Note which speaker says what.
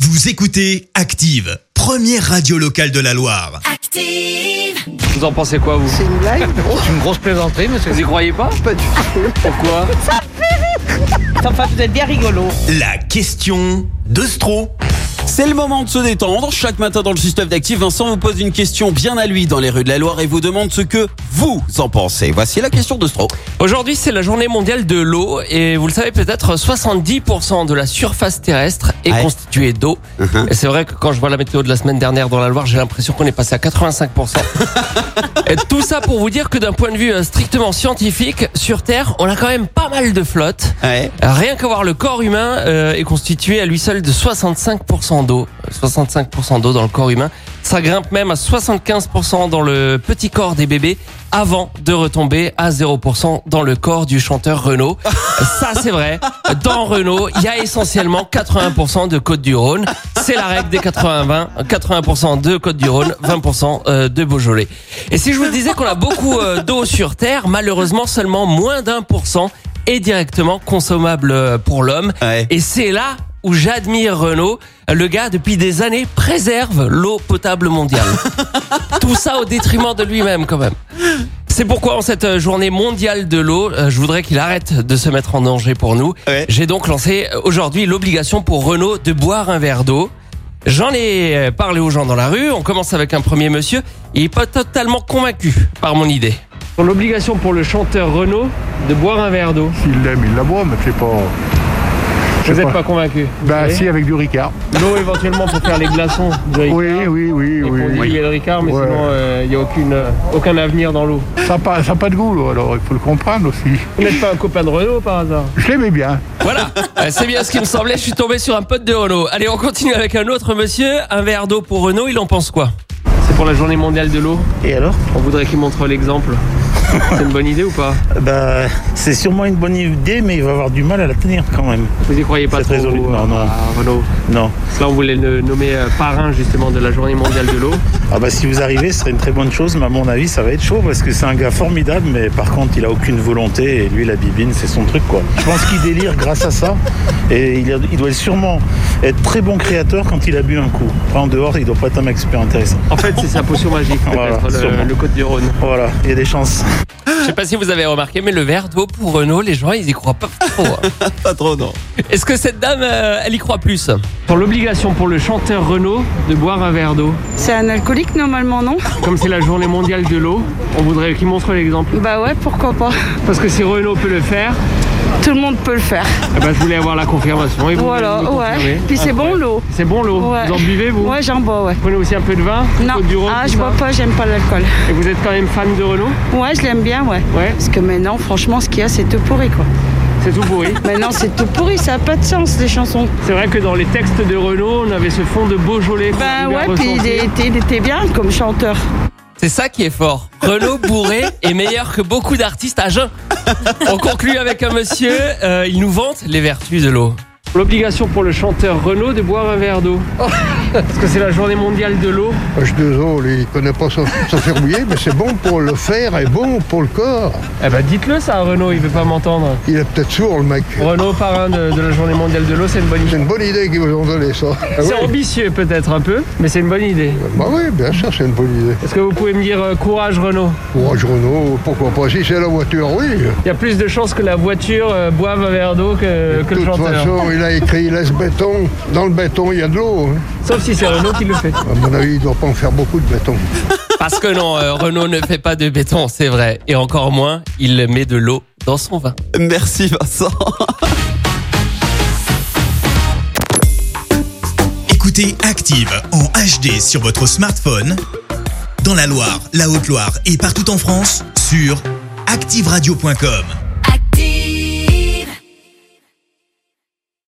Speaker 1: Vous écoutez Active, première radio locale de la Loire.
Speaker 2: Active.
Speaker 3: Vous en pensez quoi, vous
Speaker 4: C'est une blague drôle.
Speaker 3: Une grosse plaisanterie, monsieur Vous y croyez pas
Speaker 4: Pas du tout.
Speaker 3: Pourquoi
Speaker 4: Enfin, vous êtes bien rigolo.
Speaker 1: La question de Stro.
Speaker 5: C'est le moment de se détendre. Chaque matin dans le 6 d'Active, Vincent vous pose une question bien à lui dans les rues de la Loire et vous demande ce que vous en pensez. Voici la question de Stro.
Speaker 6: Aujourd'hui, c'est la journée mondiale de l'eau et vous le savez peut-être, 70% de la surface terrestre est
Speaker 5: Ouais.
Speaker 6: constituée d'eau.
Speaker 3: Uh-huh.
Speaker 6: Et c'est vrai que quand je vois la météo de la semaine dernière dans la Loire, j'ai l'impression qu'on est passé à 85%. et tout ça pour vous dire que d'un point de vue euh, strictement scientifique, sur Terre, on a quand même pas mal de flotte.
Speaker 5: Ouais.
Speaker 6: Rien qu'à voir le corps humain euh, est constitué à lui seul de 65% d'eau. 65% d'eau dans le corps humain. Ça grimpe même à 75% dans le petit corps des bébés avant de retomber à 0% dans le corps du chanteur Renaud. Ça c'est vrai. Dans Renaud, il y a essentiellement 80% de Côte du Rhône. C'est la règle des 80-20. 80% de Côte du Rhône, 20% euh, de Beaujolais. Et si je vous disais qu'on a beaucoup euh, d'eau sur Terre, malheureusement seulement moins d'un pour cent est directement consommable euh, pour l'homme.
Speaker 5: Ouais.
Speaker 6: Et c'est là où j'admire Renault. Le gars, depuis des années, préserve l'eau potable mondiale. Tout ça au détriment de lui-même, quand même. C'est pourquoi, en cette euh, journée mondiale de l'eau, euh, je voudrais qu'il arrête de se mettre en danger pour nous.
Speaker 5: Ouais.
Speaker 6: J'ai donc lancé euh, aujourd'hui l'obligation pour Renault de boire un verre d'eau. J'en ai euh, parlé aux gens dans la rue. On commence avec un premier monsieur. Il n'est pas totalement convaincu par mon idée. L'obligation pour le chanteur Renault de boire un verre d'eau.
Speaker 7: S'il l'aime, il la boit, mais c'est pas. je sais
Speaker 6: convaincu
Speaker 7: Bah, si, avec du Ricard.
Speaker 6: L'eau éventuellement pour faire les glaçons.
Speaker 7: Oui, oui, oui, oui. oui.
Speaker 6: le Ricard,
Speaker 7: mais Ouais. sinon,
Speaker 6: il n'y a aucun avenir dans l'eau.
Speaker 7: Ça n'a pas, ça a pas de goût, l'eau, alors il faut le comprendre aussi.
Speaker 6: Vous n'êtes pas un copain de Renault par hasard
Speaker 7: Je l'aimais bien.
Speaker 6: Voilà, Euh, c'est bien ce qui me semblait, je suis tombé sur un pote de Renault. Allez, on continue avec un autre monsieur, un verre d'eau pour Renault, il en pense quoi C'est pour la journée mondiale de l'eau,
Speaker 8: Et alors
Speaker 6: on voudrait qu'il montre l'exemple. C'est une bonne idée ou pas
Speaker 8: Bah, c'est sûrement une bonne idée, mais il va avoir du mal à la tenir quand même.
Speaker 6: Vous y croyez pas
Speaker 8: C'est
Speaker 6: trop
Speaker 8: résolu.
Speaker 6: vous,
Speaker 8: Non, non.
Speaker 6: à Renault
Speaker 8: Non.
Speaker 6: Là, on voulait le nommer euh, parrain justement de la journée mondiale de l'eau.
Speaker 8: Ah bah, si vous arrivez, ce serait une très bonne chose, mais à mon avis, ça va être chaud parce que c'est un gars formidable, mais par contre, il a aucune volonté et lui, la bibine, c'est son truc, quoi. Je pense qu'il délire grâce à ça et il, a- il doit sûrement être très bon créateur quand il a bu un coup. Enfin, en dehors, il doit pas être un mec super intéressant.
Speaker 6: En fait, c'est sa potion magique,
Speaker 8: Voilà,
Speaker 6: peut-être, le-
Speaker 8: sûrement.
Speaker 6: le Côte du Rhône.
Speaker 8: Voilà, il y a des chances.
Speaker 6: Je sais pas si vous avez remarqué, mais le verre d'eau pour Renault, les gens, ils y croient pas trop. hein.
Speaker 5: Pas trop, non.
Speaker 6: Est-ce que cette dame, euh, elle y croit plus Pour l'obligation pour le chanteur Renault de boire un verre d'eau.
Speaker 9: C'est un alcoolique normalement, non
Speaker 6: Comme c'est la journée mondiale de l'eau, on voudrait qu'il montre l'exemple.
Speaker 9: Bah ouais, pourquoi pas.
Speaker 6: Parce que si Renault peut le faire,
Speaker 9: Tout le monde peut le faire.
Speaker 6: eh ben, je voulais avoir la confirmation. Et vous
Speaker 9: Voilà,
Speaker 6: venez de me
Speaker 9: ouais.
Speaker 6: confirmer.
Speaker 9: Puis c'est bon l'eau.
Speaker 6: C'est bon l'eau
Speaker 9: Ouais.
Speaker 6: Vous en buvez, vous
Speaker 9: Ouais, j'en bois, ouais.
Speaker 6: Vous prenez aussi un peu de vin
Speaker 9: Non,
Speaker 6: Côte du Rhône,
Speaker 9: ah,
Speaker 6: tout
Speaker 9: je
Speaker 6: ça
Speaker 9: bois pas, j'aime pas l'alcool.
Speaker 6: Et vous êtes quand même fan de Renault
Speaker 9: Ouais, je l'aime bien, ouais.
Speaker 6: Ouais,
Speaker 9: Parce que maintenant, franchement, ce qu'il y a, c'est tout pourri, quoi.
Speaker 6: c'est tout pourri.
Speaker 9: Maintenant, c'est tout pourri, ça a pas de sens, les chansons.
Speaker 6: c'est vrai que dans les textes de Renault, on avait ce fond de Beaujolais. qu'on
Speaker 9: Ben
Speaker 6: arrivait à
Speaker 9: ouais, puis il
Speaker 6: ressentir.
Speaker 9: était, il était bien comme chanteur.
Speaker 6: C'est ça qui est fort. Renaud bourré est meilleur que beaucoup d'artistes à jeun. On conclut avec un monsieur, euh, il nous vante les vertus de l'eau. L'obligation pour le chanteur Renaud de boire un verre d'eau.
Speaker 9: Oh.
Speaker 6: Parce que c'est la journée mondiale de l'eau.
Speaker 7: H2O, lui, il connaît pas son, faire mouiller, mais c'est bon pour le fer et bon pour le corps.
Speaker 6: Eh ben dites-le ça à Renaud, il veut pas m'entendre.
Speaker 7: Il est peut-être sourd, le mec.
Speaker 6: Renaud, parrain de, de la journée mondiale de l'eau, c'est une bonne idée.
Speaker 7: une bonne idée qu'ils vous ont donnée, ça.
Speaker 6: C'est ambitieux peut-être un peu, mais c'est une bonne idée.
Speaker 7: Bah oui, bien sûr, c'est une bonne idée.
Speaker 6: Est-ce que vous pouvez me dire euh, courage Renaud
Speaker 7: Courage Renault, pourquoi pas Si c'est la voiture, oui.
Speaker 6: Il y a plus de chances que la voiture euh, boive un verre d'eau que, que
Speaker 7: De
Speaker 6: le
Speaker 7: toute
Speaker 6: chanteur.
Speaker 7: façon, il a écrit laisse béton. Dans le béton, il y a de l'eau. hein.
Speaker 6: Sauf si c'est Renaud qui le fait.
Speaker 7: À mon avis, il doit pas en faire beaucoup de béton.
Speaker 6: Parce que non, euh, Renault ne fait pas de béton, c'est vrai. Et encore moins, il met de l'eau dans son vin.
Speaker 5: Merci, Vincent.
Speaker 1: Écoutez Active en HD sur votre smartphone, dans la Loire, la Haute-Loire et partout en France, sur activeradio.com.